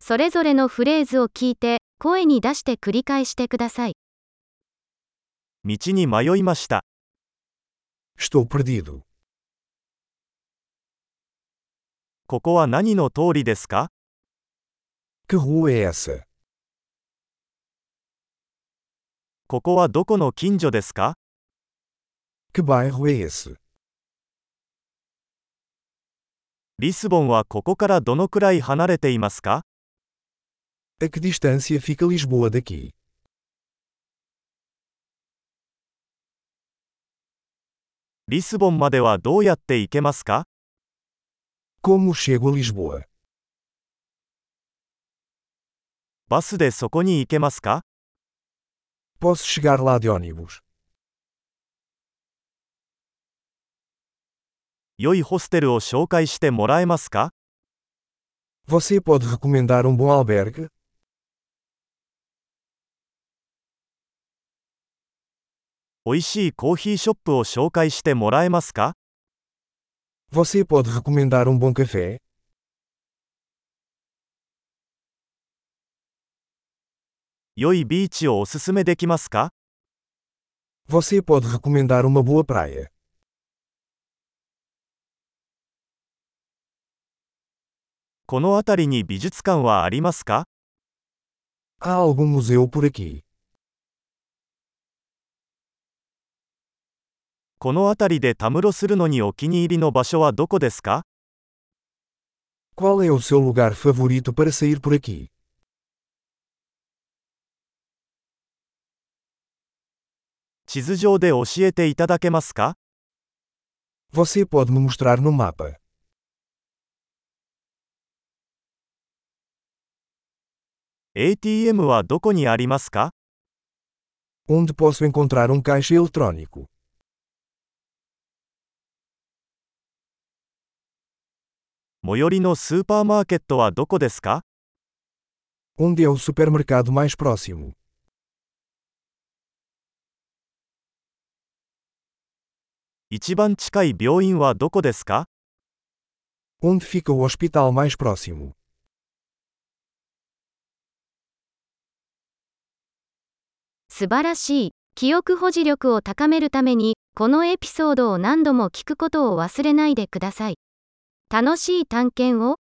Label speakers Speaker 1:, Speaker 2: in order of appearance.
Speaker 1: それぞれのフレーズを聞いて、声に出して繰り返してください。
Speaker 2: 道に迷いました。
Speaker 3: Estou perdido.
Speaker 2: ここは何の通りですか
Speaker 3: Que rua é essa?
Speaker 2: ここはどこの近所ですか
Speaker 3: Que bairro é esse?
Speaker 2: リスボンはここからどのくらい離れていますか
Speaker 3: A que distância fica Lisboa daqui?
Speaker 2: リスボンまではどうやって行けますか
Speaker 3: Como chego a Lisboa?
Speaker 2: バスでそこに行けますか
Speaker 3: Posso chegar lá de ônibus?
Speaker 2: 良いホステルを紹介してもらえますか
Speaker 3: Você pode recomendar um bom albergue?
Speaker 2: 美味しいコーヒーショップを紹介してもらえますか
Speaker 3: Você pode recomendar um bom café?
Speaker 2: 良いビーチをおすすめできますか
Speaker 3: Você pode recomendar uma boa praia?
Speaker 2: この辺りに美術館はありますか
Speaker 3: Há algum museu por aqui?
Speaker 2: この辺りでたむろするのにお気に入りの場所はどこですか
Speaker 3: Qual é o seu lugar favorito para sair por aqui?
Speaker 2: 地図上で教えていただけますか
Speaker 3: Você pode me mostrar no mapa.
Speaker 2: ？ATM はどこにありますか
Speaker 3: Onde posso encontrar um caixa eletrônico?
Speaker 2: 最寄りのスーパーマーケットはどこですか
Speaker 3: Onde é o supermercado mais próximo?
Speaker 2: 一番近い病院はどこですか
Speaker 3: Onde fica o hospital mais próximo?
Speaker 1: 素晴らしい。記憶保持力を高めるために、このエピソードを何度も聞くことを忘れないでください。楽しい探検を。